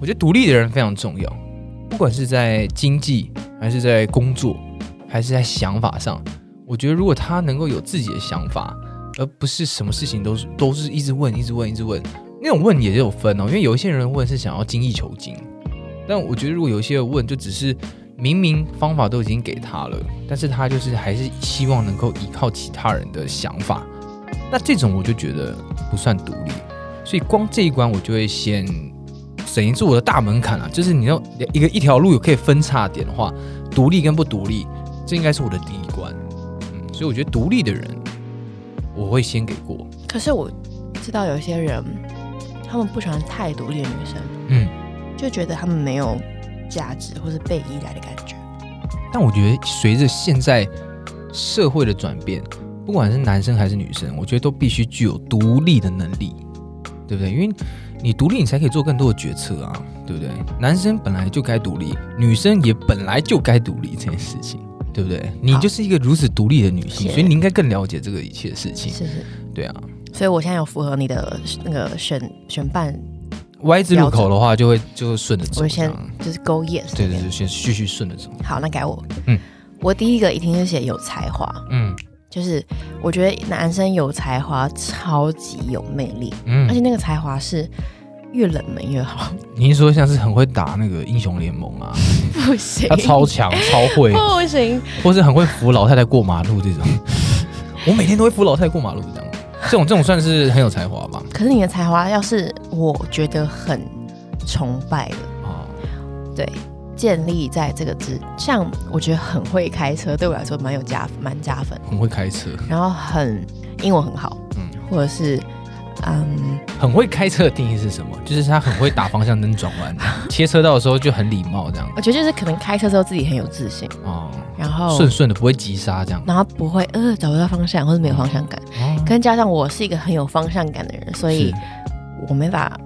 S2: 我觉得独立的人非常重要，不管是在经济，还是在工作，还是在想法上。我觉得如果他能够有自己的想法，而不是什么事情都是都是一直问、一直问、一直问，那种问也是有分哦。因为有一些人问是想要精益求精，但我觉得如果有一些人问就只是明明方法都已经给他了，但是他就是还是希望能够依靠其他人的想法，那这种我就觉得不算独立。所以光这一关我就会先，等于是我的大门槛啊，就是你要一个一条路有可以分叉点的话，独立跟不独立，这应该是我的第一关。嗯，所以我觉得独立的人，我会先给过。
S1: 可是我知道有些人，他们不喜欢太独立的女生，
S2: 嗯，
S1: 就觉得他们没有价值或是被依赖的感觉。
S2: 但我觉得随着现在社会的转变，不管是男生还是女生，我觉得都必须具有独立的能力，对不对？因为你独立，你才可以做更多的决策啊，对不对？男生本来就该独立，女生也本来就该独立这件事情，对不对？你
S1: 好
S2: 就是一个如此独立的女性，
S1: 是
S2: 所以你应该更了解这个一切事情，
S1: 是是，
S2: 对啊。
S1: 所以我现在有符合你的那个选选办，
S2: Y 字路口的话，就会就会顺着走
S1: 我
S2: 这
S1: 先
S2: 样，
S1: 就是勾 yes
S2: 对
S1: 那
S2: 对
S1: 边
S2: 对，先继续顺着走，
S1: 好，那改我。
S2: 嗯，
S1: 我第一个一定是写有才华，
S2: 嗯
S1: 就是我觉得男生有才华超级有魅力，而且
S2: 嗯。
S1: 那个才华是越冷门越好，
S2: 您说像是很会打那个英雄联盟啊，
S1: 不行，
S2: 他超强超会，
S1: 不行，
S2: 或是很会扶老太太过马路这种。 <laughs> 我每天都会扶老太太过马路，这样，这种这种算是很有才华吧？
S1: 可是你的才华要是我觉得很崇拜的，
S2: 啊，
S1: 对，建立在这个之像，我觉得很会开车，对我来说蛮有加蛮加分，
S2: 很会开车，
S1: 然后很英文很好，
S2: 嗯
S1: 嗯，或者是嗯，
S2: 很会开车的定义是什么？就是他很会打方向灯转弯，切车道的时候就很礼貌这样，
S1: 我觉得就是可能开车之后自己很有自信，
S2: 哦，
S1: 然后
S2: 顺顺的不会急刹这样。
S1: 然后不会呃找不到方向或者没有方向感，
S2: 哦
S1: 跟加上我是一个很有方向感的人，所以
S2: 是
S1: 我没法。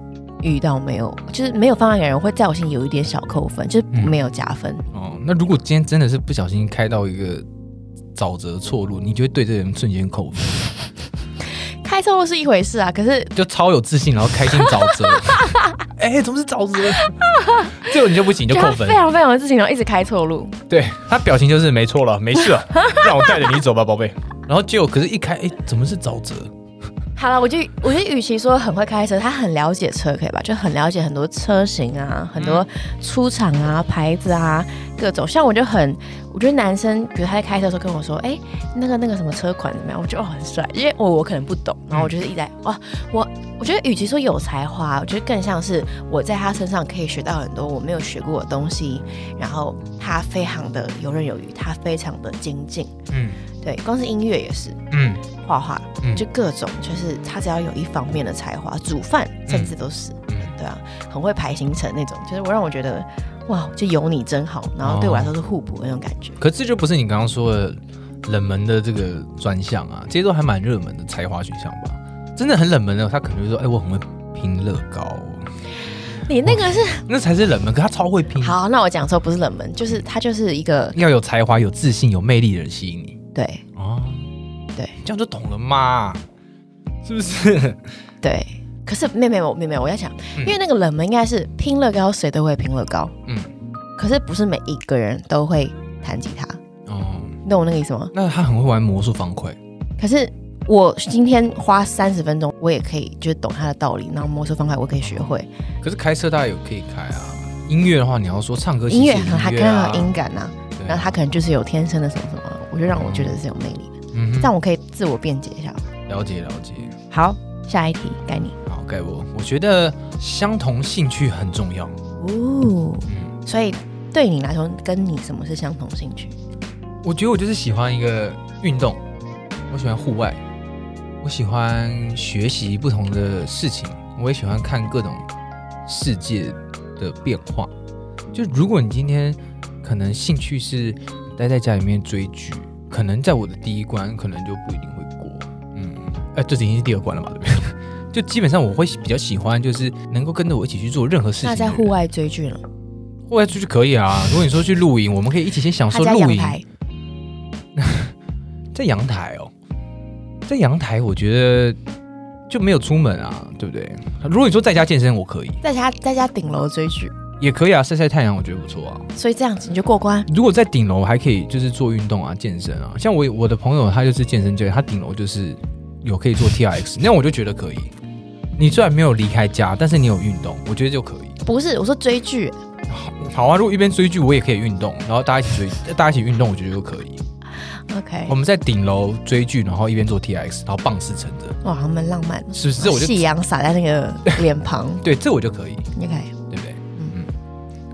S1: 遇到没有，就是没有方向感的人会在我心里有一点小扣分，就是
S2: 嗯
S1: 没有加分。
S2: 哦，那如果今天真的是不小心开到一个沼泽错路，你就会对这个人瞬间扣分，
S1: 开车路是一回事啊，可是
S2: 就超有自信，然后开进沼泽。哎、怎么是沼泽？ <laughs> 这种你就不行，你就
S1: 就
S2: 扣
S1: 他
S2: 分
S1: 非。常非常的自信，然后一直开错路，
S2: 对他表情就是没错了，没事 <laughs> 了，让我带着你走吧，宝贝。然后结果可是，一开，哎，怎么是沼泽？
S1: 好了，我就我觉得，与其说很会开车，他很了解车，可以吧？就很了解很多车型啊，很多出厂啊、牌子啊，各种。像我就很，我觉得男生，比如他在开车的时候跟我说：“哎、那个那个什么车款怎么样？”我觉得哦很帅，因为我我可能不懂，然后我就是一直在哇，我我觉得与其说有才华，我觉得更像是我在他身上可以学到很多我没有学过的东西，然后他非常的游刃有余，他非常的精进。
S2: 嗯
S1: 对，光是音乐也是，
S2: 嗯，
S1: 画画，
S2: 嗯
S1: 就各种，就是他只要有一方面的才华，煮饭甚至都是，
S2: 嗯
S1: 对啊，很会排行程那种，就是我让我觉得哇，就有你真好，然后对我来说是互补的那种感觉。
S2: 可这就不是你刚刚说的冷门的这个专项啊，这些都还蛮热门的才华选项吧？真的很冷门的，他可能就说，哎，我很会拼乐高哦，
S1: 你那个是
S2: 那才是冷门。可他超会拼，
S1: 好，那我讲的时候不是冷门，就是他就是一个
S2: 要有才华、有自信、有魅力的人吸引你
S1: 对
S2: 哦。
S1: 对，
S2: 这样就懂了嘛？是不是？
S1: 对。可是没有没有没有没有，我在想，
S2: 嗯
S1: 因为那个冷门应该是拼乐高，谁都会拼乐高，
S2: 嗯，
S1: 可是不是每一个人都会弹吉他，
S2: <laughs> 哦，
S1: 你懂我那个意思吗？
S2: 那他很会玩魔术方块。
S1: 可是我今天花三十分钟，我也可以就是懂他的道理，然后魔术方块我可以学会，
S2: 可是开车大家有可以开啊。音乐的话，你要说唱歌、
S1: 音乐
S2: 其实也
S1: 很他
S2: 有音
S1: 跟
S2: 乐
S1: 他
S2: 啊
S1: 有音感呐、
S2: 对啊
S1: 然后他可能就是有天生的什么什么，我就让我觉得是有魅力的，
S2: 嗯哼
S1: 但我可以自我辩解一下。
S2: 了解了解。
S1: 好，下一题该你，
S2: 好，给我。我觉得相同兴趣很重要。
S1: 哦，
S2: 嗯
S1: 所以对你来说，跟你什么是相同兴趣？
S2: 我觉得我就是喜欢一个运动，我喜欢户外，我喜欢学习不同的事情，我也喜欢看各种世界的变化。就如果你今天可能兴趣是待在家里面追剧，可能在我的第一关可能就不一定会过。嗯，呃，这已经是第二关了吧？对不对？ <laughs> 就基本上我会比较喜欢，就是能够跟着我一起去做任何事情。
S1: 那在户，外追剧
S2: 哦
S1: 了，
S2: 户外出去可以啊。如果你说去露营，我们可以一起先享
S1: 他
S2: 受
S1: 家
S2: 露
S1: 阳
S2: 营。
S1: 台，
S2: 在阳台哦，在阳台，我觉得就没有出门啊，对不对？如果你说在家健身，我可以，
S1: 在家在家顶楼追剧，
S2: 也可以啊，晒晒太阳，我觉得不错啊。
S1: 所以这样子你就过关。
S2: 如果在顶楼还可以，就是做运动啊，健身啊。像我我的朋友，他就是健身教练，他顶楼就是有可以做 T R X，那我就觉得可以。你虽然没有离开家，但是你有运动，我觉得就可以。
S1: 不是，我说追剧，
S2: 好啊，如果一边追剧，我也可以运动，然后大家一起追，大家一起运动，我觉得就可以。
S1: OK，
S2: 我们在顶楼追剧，然后一边做 T R X，然后棒是撑着，
S1: 哇，还蛮浪漫的。哦
S2: 是不是？这我就
S1: 夕阳洒在那个脸庞
S2: 对，这我就可以。
S1: ，OK，
S2: 对不对？
S1: 嗯
S2: <laughs> 嗯，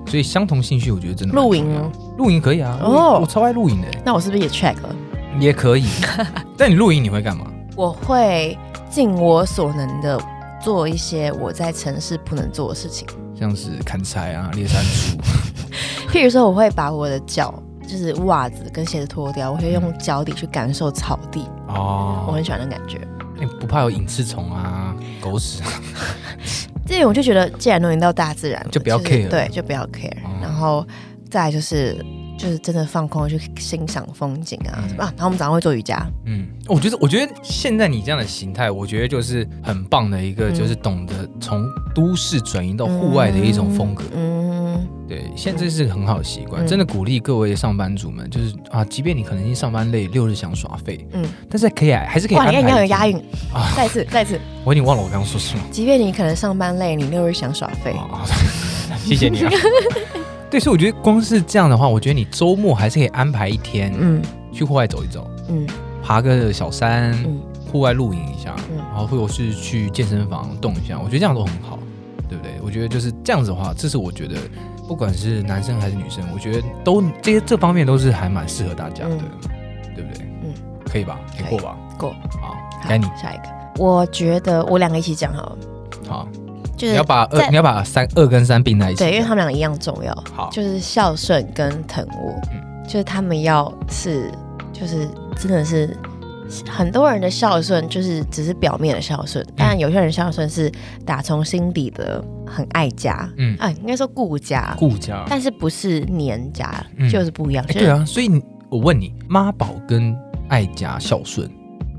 S2: 所以相同兴趣，我觉得真的蛮
S1: 露
S2: 重
S1: 营
S2: 要
S1: 哦，
S2: 露营可以啊。
S1: 哦
S2: 哦，我超爱露营的，
S1: 那我是不是也 check 了？
S2: 也可以。
S1: <laughs>
S2: 但你露营你会干嘛？
S1: 我会尽我所能的做一些我在城市不能做的事情，
S2: 像是砍柴啊、猎山
S1: <laughs>
S2: 猪，
S1: 譬如说，我会把我的脚。就是袜子跟鞋子脱掉，我会用脚底去感受草地，我
S2: 哦，
S1: 很喜欢的感觉。
S2: 你不怕有隐翅虫啊、狗屎啊？
S1: 这种我就觉得，既然都已经到大自然了，
S2: 就不要
S1: 是
S2: care
S1: 对，就不要 care、
S2: 哦
S1: 然后再来就是，就是真的放空去欣赏风景啊
S2: 嗯
S1: 什么啊。然后我们早上会做瑜伽，
S2: 嗯，我觉得，我觉得现在你这样的形态，我觉得就是很棒的一个，
S1: 嗯
S2: 就是懂得从都市转移到户外的一种风格。
S1: 嗯，
S2: 对，现在这是个很好的习惯，
S1: 嗯
S2: 真的鼓励各位上班族们，就是啊，即便你可能已经上班累，六日想耍废，嗯
S1: 嗯，
S2: 但是可以还是可以
S1: 哇，
S2: 安
S1: 你
S2: 排。
S1: 看你要有押韵
S2: 啊。
S1: 再一次，再一次，
S2: 我已经忘了我刚刚说什么。
S1: 即便你可能上班累，你六日想耍废，
S2: 哦 <laughs> 谢谢
S1: <laughs>
S2: 你啊。对，所以我觉得光是这样的话，我觉得你周末还是可以安排一天
S1: 嗯
S2: 去户外走一走，
S1: 嗯
S2: 爬个小山，
S1: 嗯，
S2: 户外露营一下，
S1: 嗯
S2: 然后或者是去健身房动一下，我觉得这样都很好，对不对？我觉得就是这样子的话，这是我觉得不管是男生还是女生，我觉得都这些这方面都是还蛮适合大家的，对不对？
S1: 嗯，
S2: 可以吧？你
S1: 可以
S2: 过吧？
S1: 过。
S2: 好，
S1: 好
S2: 该你
S1: 下一个。我觉得我两个一起讲好了，
S2: 好，
S1: 就
S2: 你
S1: 是
S2: 要把二
S1: 在
S2: 你要把三二跟三并在一起，
S1: 对，因为他们两个一样重要，
S2: 好，
S1: 就是孝顺跟疼我，
S2: 嗯
S1: 就是他们要是就是真的是很多人的孝顺就是只是表面的孝顺，
S2: 嗯
S1: 但有些人孝顺是打从心底的很爱家，
S2: 嗯
S1: 嗯，啊，应该说顾家，
S2: 顾家。
S1: 但是不是黏家，
S2: 嗯
S1: 就是不一样，
S2: 哎，
S1: 就
S2: 对
S1: 是
S2: 啊，所以你我问你，妈宝跟爱家孝顺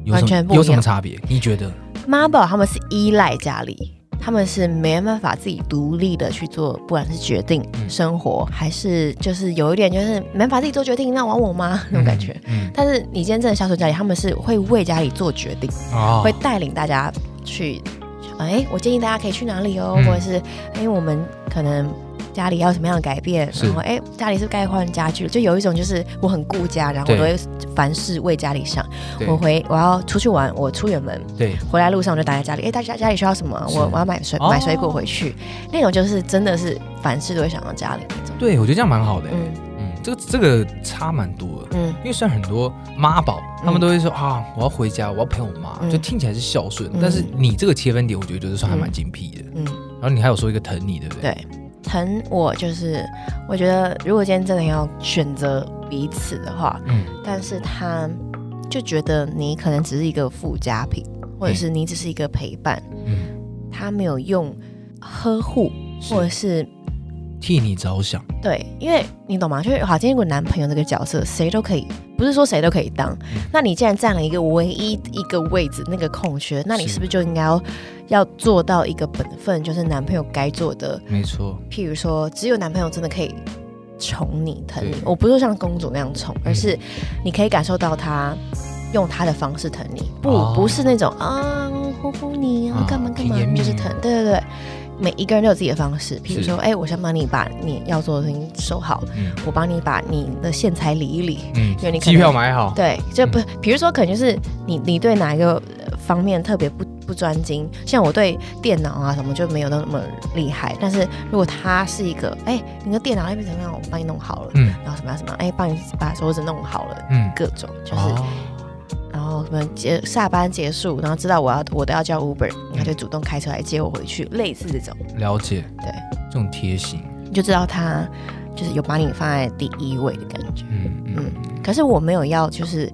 S2: 有
S1: 完
S2: 什
S1: 全
S2: 么
S1: 不一
S2: 有什么
S1: 样
S2: 差别？你觉得？
S1: 妈宝他们是依赖家里，他们是没办法自己独立的去做，不管是决定
S2: 嗯
S1: 生活，还是就是有一点就是没办法自己做决定，那玩我妈那种感觉。
S2: 嗯，
S1: 但是你今天真的孝顺家里，他们是会为家里做决定，
S2: 哦
S1: 会带领大家去，哎，我建议大家可以去哪里哦，
S2: 嗯
S1: 或者是哎，我们可能。家里要什么样的改变？
S2: 是
S1: 然后，哎，家里是不是该换家具了？就有一种就是我很顾家，然后我都
S2: 对
S1: 会凡事为家里想。
S2: 对
S1: 我回我要出去玩，我出远门，
S2: 对，
S1: 回来路上我就待在家里，哎、大家家里需要什么啊？
S2: 是
S1: 我我要买水
S2: 哦
S1: 买水果回去，那种就是真的是凡事都会想到家里那种。
S2: 对我觉得这样蛮好的欸。
S1: 嗯
S2: 嗯，这个这个差蛮多的。
S1: 嗯
S2: 因为虽然很多妈宝，他
S1: 嗯
S2: 们都会说、啊，我要回家，我要陪我妈，
S1: 嗯
S2: 就听起来是孝顺，
S1: 嗯
S2: 但是你这个切分点，我觉得就是算还蛮精辟的。
S1: 嗯，
S2: 然后你还有说一个疼你，对不对？
S1: 对，疼我就是我觉得，如果今天真的要选择彼此的话，
S2: 嗯，
S1: 但是他就觉得你可能只是一个附加品，或者是你只是一个陪伴，
S2: 嗯
S1: 他没有用呵护
S2: 是
S1: 或者是
S2: 替你着想，
S1: 对，因为你懂吗？就是好，今天我男朋友这个角色，谁都可以，不是说谁都可以当。那你既然占了一个唯一一个位置，那个空缺，那你
S2: 是
S1: 是不是就应该要要做到一个本分，就是男朋友该做的？
S2: 没错，
S1: 譬如说，只有男朋友真的可以宠你、疼你
S2: 对。
S1: 我不是说像公主那样宠，而
S2: 嗯
S1: 是你可以感受到他用他的方式疼你，不、
S2: 哦
S1: 不是那种啊呼呼你啊
S2: 啊
S1: 干嘛干
S2: 甜
S1: 嘛
S2: 言，蜜
S1: 就是
S2: 语
S1: 疼。对对对。每一个人都有自己的方式，譬如
S2: 是
S1: 说，哎、我想帮你把你要做的事情收好，
S2: 嗯
S1: 我帮你把你的线材理一理。因为
S2: 嗯，
S1: 你可能
S2: 机票买好，
S1: 对，就不，比如说可能就是你你对哪一个呃方面特别不不专精。像我对电脑啊什么就没有那么厉害，但是如果他是一个，哎、你的电脑那边怎么样，我帮你弄好了，
S2: 嗯
S1: 然后什么样什么样，哎、帮你把桌子弄好了，
S2: 嗯，
S1: 各种就是，
S2: 哦，
S1: 然后什么结下班结束，然后知道我要我都要叫 Uber，他
S2: 嗯
S1: 就主动开车来接我回去，类似这种，
S2: 了解，
S1: 对，
S2: 这种贴心，
S1: 你就知道他就是有把你放在第一位的感觉。
S2: 嗯嗯，
S1: 可是我没有要就是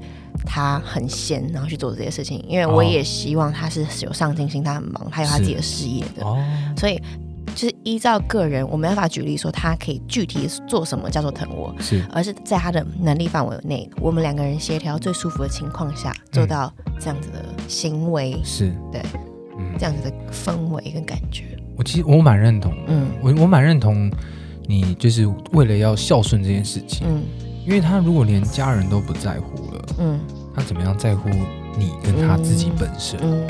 S1: 他很闲，然后去做这些事情，因为我
S2: 哦
S1: 也希望他是有上进心，他很忙，他有他
S2: 是
S1: 自己的事业的，
S2: 哦，
S1: 所以就是依照个人，我没办法举例说他可以具体做什么叫做疼我，
S2: 是
S1: 而是在他的能力范围内，我们两个人协调最舒服的情况下，做到这样子的行为，
S2: 是，
S1: 对，
S2: 嗯，
S1: 这样子的氛围跟感觉，
S2: 我其实我蛮认同，
S1: 嗯
S2: 我我蛮认同你就是为了要孝顺这件事情，
S1: 嗯
S2: 因为他如果连家人都不在乎了，
S1: 嗯
S2: 他怎么样在乎你跟他自己本身，
S1: 嗯，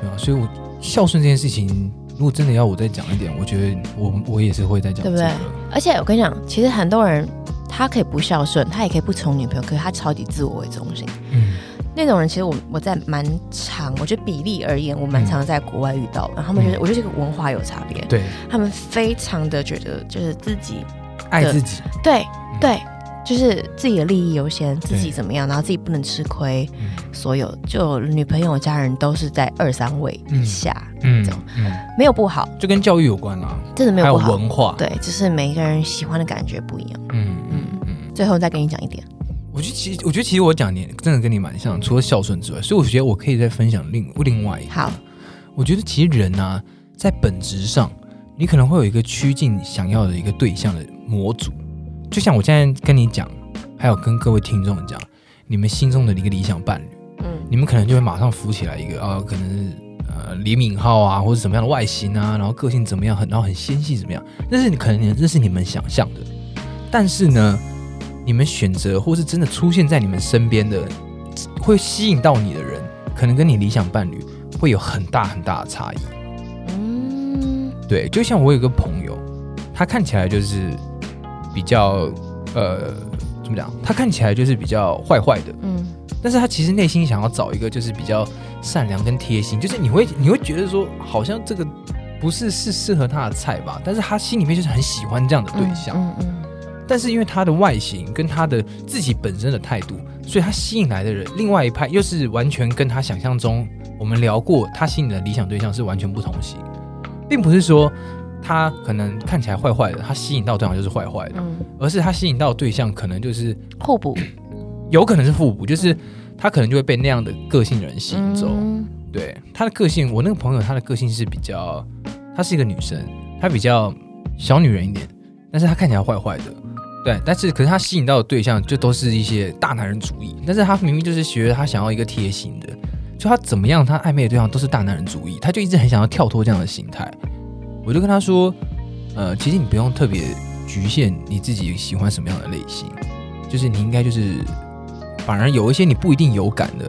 S2: 对啊，所以我孝顺这件事情，如果真的要我再讲一点，我觉得我我也是会再讲
S1: 对
S2: 这
S1: 不
S2: 个，
S1: 对而且我跟你讲，其实很多人他可以不孝顺，他也可以不宠女朋友，可是他超级自我为中心。
S2: 嗯
S1: 那种人其实我我在蛮常，我觉得比例而言，我蛮常在国外遇到的。然后他们就是，
S2: 嗯
S1: 我觉得这个文化有差别，
S2: 对，
S1: 他们非常的觉得就是自己
S2: 爱自己，
S1: 对
S2: 嗯
S1: 对，就是自己的利益优先，自己
S2: 对
S1: 怎么样，然后自己不能吃亏，
S2: 嗯
S1: 所有就女朋友、家人都是在二三位以下，
S2: 嗯
S1: 这种
S2: 嗯，
S1: 没有不好，
S2: 就跟教育有关啦，
S1: 真的没
S2: 还
S1: 有
S2: 有
S1: 不好。
S2: 文化，，
S1: 对，只是每个人喜欢的感觉不一样。
S2: 嗯嗯
S1: 嗯，
S2: 嗯，
S1: 最后再跟你讲一点，
S2: 我觉得其实我觉得其实我讲你真的跟你蛮像，除了孝顺之外，所以我觉得我可以再分享另另外一个，
S1: 好，
S2: 我觉得其实人啊，在本质上，你可能会有一个趋近你想要的一个对象的模组，就像我现在跟你讲，还有跟各位听众讲，你们心中的一个理想伴侣。
S1: 嗯
S2: 你们可能就会马上浮起来一个啊、可能是呃李敏镐啊，或者什么样的外形啊，然后个性怎么样，很然后很纤细怎么样，那是你可能你那是你们想象的，但是呢，你们选择或是真的出现在你们身边的，会吸引到你的人，可能跟你理想伴侣会有很大很大的差异。
S1: 嗯
S2: 对，就像我有个朋友，他看起来就是比较呃怎么讲，他看起来就是比较坏坏的。
S1: 嗯
S2: 但是他其实内心想要找一个就是比较善良跟贴心，就是你会你会觉得说好像这个不是是适合他的菜吧，但是他心里面就是很喜欢这样的对象，
S1: 嗯嗯嗯
S2: 但是因为他的外形跟他的自己本身的态度，所以他吸引来的人另外一派又是完全跟他想象中我们聊过他心里的理想对象是完全不同型，并不是说他可能看起来坏坏的，他吸引到对象就是坏坏的，
S1: 嗯
S2: 而是他吸引到的对象可能就是
S1: 互补
S2: 有可能是互补，就是他可能就会被那样的个性的人吸引走。
S1: 嗯
S2: 对他的个性，我那个朋友他的个性是比较，她是一个女生，她比较小女人一点，但是她看起来坏坏的。对，但是可是她吸引到的对象就都是一些大男人主义，但是她明明就是学她想要一个贴心的，就她怎么样，她暧昧的对象都是大男人主义，她就一直很想要跳脱这样的心态。我就跟她说，呃，其实你不用特别局限你自己喜欢什么样的类型，就是你应该就是，反而有一些你不一定有感的，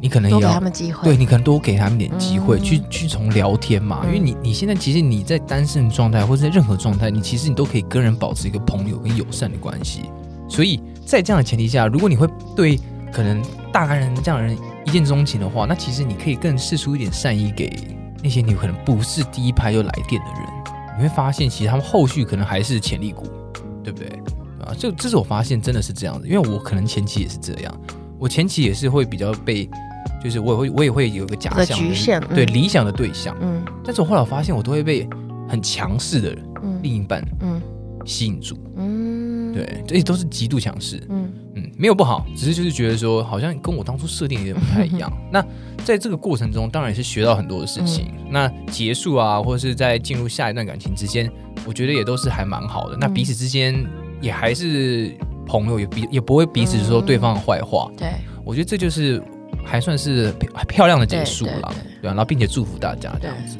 S2: 你可能
S1: 多
S2: 也
S1: 给
S2: 要
S1: 他们机会，
S2: 哎对你可能多给他们点机会，
S1: 嗯
S2: 去去从聊天嘛，因为
S1: 嗯
S2: 你你现在其实你在单身状态或者在任何状态，你其实你都可以跟人保持一个朋友跟友善的关系。所以在这样的前提下，如果你会对可能大男人这样的人一见钟情的话，那其实你可以更试出一点善意给那些你可能不是第一拍就来电的人，你会发现其实他们后续可能还是潜力股，对不对？啊，这这是我发现真的是这样子，因为我可能前期也是这样，我前期也是会比较被，就是我也会我也会有一个假
S1: 有个
S2: 想的
S1: 局限
S2: 对
S1: 嗯
S2: 理想的对象，
S1: 嗯
S2: 但是我后来发现我都会被很强势的
S1: 嗯
S2: 另一半
S1: 嗯
S2: 吸引住，
S1: 嗯，
S2: 对，这些都是极度强势，
S1: 嗯
S2: 嗯，没有不好，只是就是觉得说，好像跟我当初设定有点不太一
S1: <laughs>
S2: 样。那在这个过程中，当然也是学到很多的事情。
S1: 嗯
S2: 那结束啊，或者是在进入下一段感情之间，我觉得也都是还蛮好的。那
S1: 嗯
S2: 彼此之间也还是朋友，也彼也不会彼此说对方的坏话。
S1: 对
S2: 我觉得这就是还算是漂漂亮的结束
S1: 对对
S2: 了，
S1: 对
S2: 对啊，然后并且祝福大家这样子，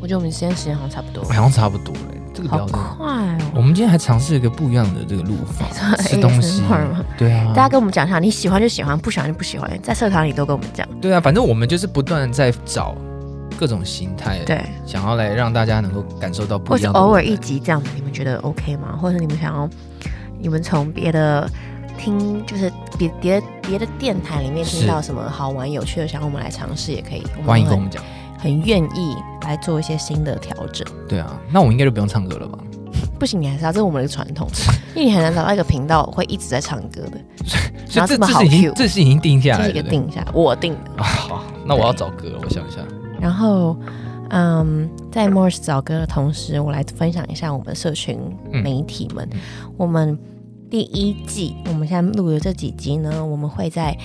S1: 我觉得我们今天时间好像差不多，
S2: 好像差不多了。这个比
S1: 好
S2: 较累。
S1: 快
S2: 我
S1: 哦。
S2: 们今天还尝试一个不一样的这个路
S1: <laughs>
S2: 法，
S1: 错
S2: 吃东西
S1: ASMR 吗，
S2: 对啊，
S1: 大家跟我们讲一下，你喜欢就喜欢，不喜欢就不喜欢，在社团里都跟我们讲。
S2: 对啊，反正我们就是不断地在找各种形态，，
S1: 对，
S2: 想要来让大家能够感受到不
S1: 或
S2: 一
S1: 是
S2: 样的我们。
S1: 偶尔一集这样子，你们觉得 OK 吗？或者你们想要，你们从别的听，就是别别别的电台里面
S2: 是
S1: 听到什么好玩有趣的，想要我们来尝试也可以。我们
S2: 欢迎
S1: 会
S2: 跟我们讲，
S1: 很愿意来做一些新的调整。
S2: 对啊，那我应该就不用唱歌了吧？
S1: 不行，你还是要，这是我们的传统，因为你很难找到一个频道会一直在唱歌的，
S2: 所以这
S1: 这么
S2: 这
S1: 好
S2: 是已经
S1: cue
S2: 这是已经定下
S1: 这
S2: 来
S1: 是
S2: 了。
S1: 一个
S2: 对不对
S1: 定下，我定的。
S2: 啊，好，那我要找歌了，我想一下。
S1: 然后，嗯，在 Morris 找歌的同时，我来分享一下我们社群
S2: 嗯
S1: 媒体们。我们第一季，我们现在录的这几集呢，我们会在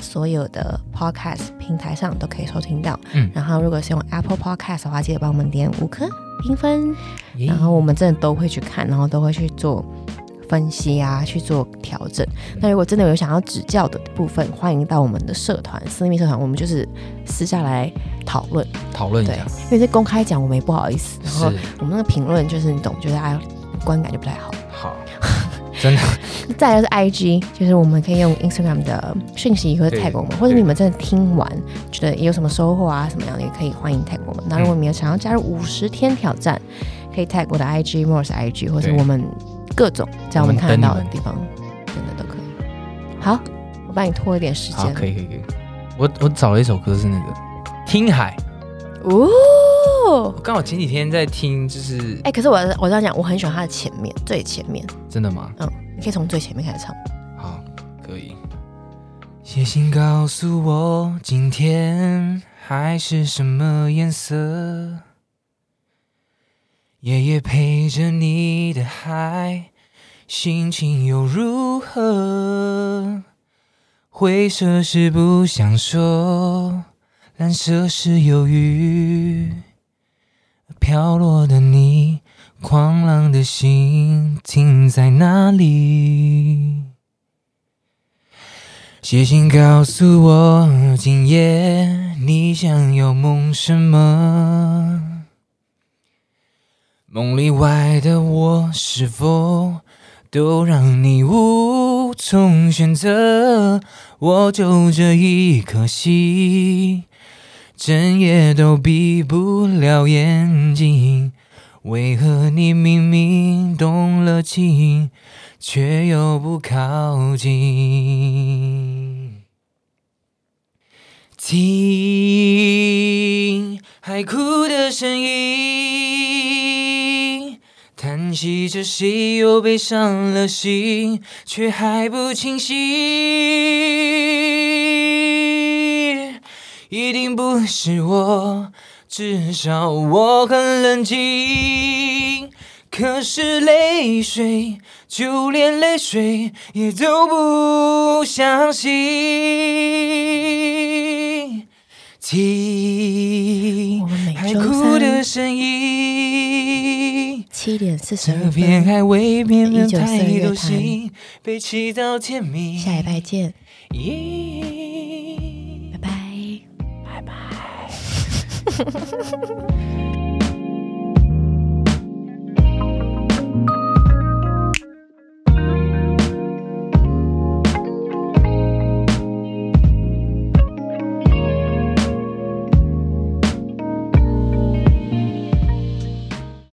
S1: 所有的 Podcast 平台上都可以收听到。
S2: 嗯
S1: 然后如果是用 Apple Podcast 的话，记得帮我们点五颗评分。然后我们真的都会去看，然后都会去做分析啊，去做调整。那如果真的有想要指教的部分，欢迎到我们的社团私密社团，我们就是私下来讨论。
S2: 讨论一
S1: 对
S2: 下，，
S1: 因为在公开讲我们也不好意思，然后
S2: 啊是
S1: 我们那个评论就是你懂，就是大家观感就不太好。 <laughs>
S2: 好，真的
S1: 再来是 IG，就是我们可以用 Instagram 的讯息或者
S2: 对
S1: tag 我们，或者你们真的听完觉得有什么收获啊，什么样的也可以欢迎 tag 我们。那
S2: 嗯
S1: 如果你们想要加入五十天挑战，可以 tag 我的 IG、Morris IG，或是
S2: 对
S1: 我们各种只要我们看得到
S2: 我
S1: 的
S2: 们等
S1: 地方，真的都可以。好，我帮你拖一点时
S2: 好，
S1: 间。
S2: 可以可以可以。我我找了一首歌是那个《听海》，
S1: 哦
S2: 我，刚好前几天在听，就是
S1: 哎、可是我我这样讲，我很喜欢它的前面，最前面，
S2: 真的吗？
S1: 嗯，你可以从最前面开始唱。
S2: 好，可以。写信告诉我今天海是什么颜色，夜夜陪着你的海，心情又如何？灰色是不想说，蓝色是忧郁。飘落的你，狂浪的心停在哪里？写信告诉我，今夜你想要梦什么？梦里外的我，是否都让你无从选择？我就这一颗心，整夜都闭不了眼睛。为何你明明动了情，却又不靠近？听海哭的声音，叹息着谁又被伤了心，却还不清醒。一定不是我，至少我很冷静。可是泪水，就连泪水也都不相信。听
S1: 我们每
S2: 海
S1: 周
S2: 哭
S1: 三
S2: 的声音，
S1: 七点四十
S2: 这
S1: 二
S2: 片
S1: 分，
S2: 海为别人
S1: 1942
S2: 太
S1: 乐
S2: 多
S1: 坛
S2: 心，被气到天明。
S1: 下礼拜见，
S2: 咦
S1: 拜拜，拜拜。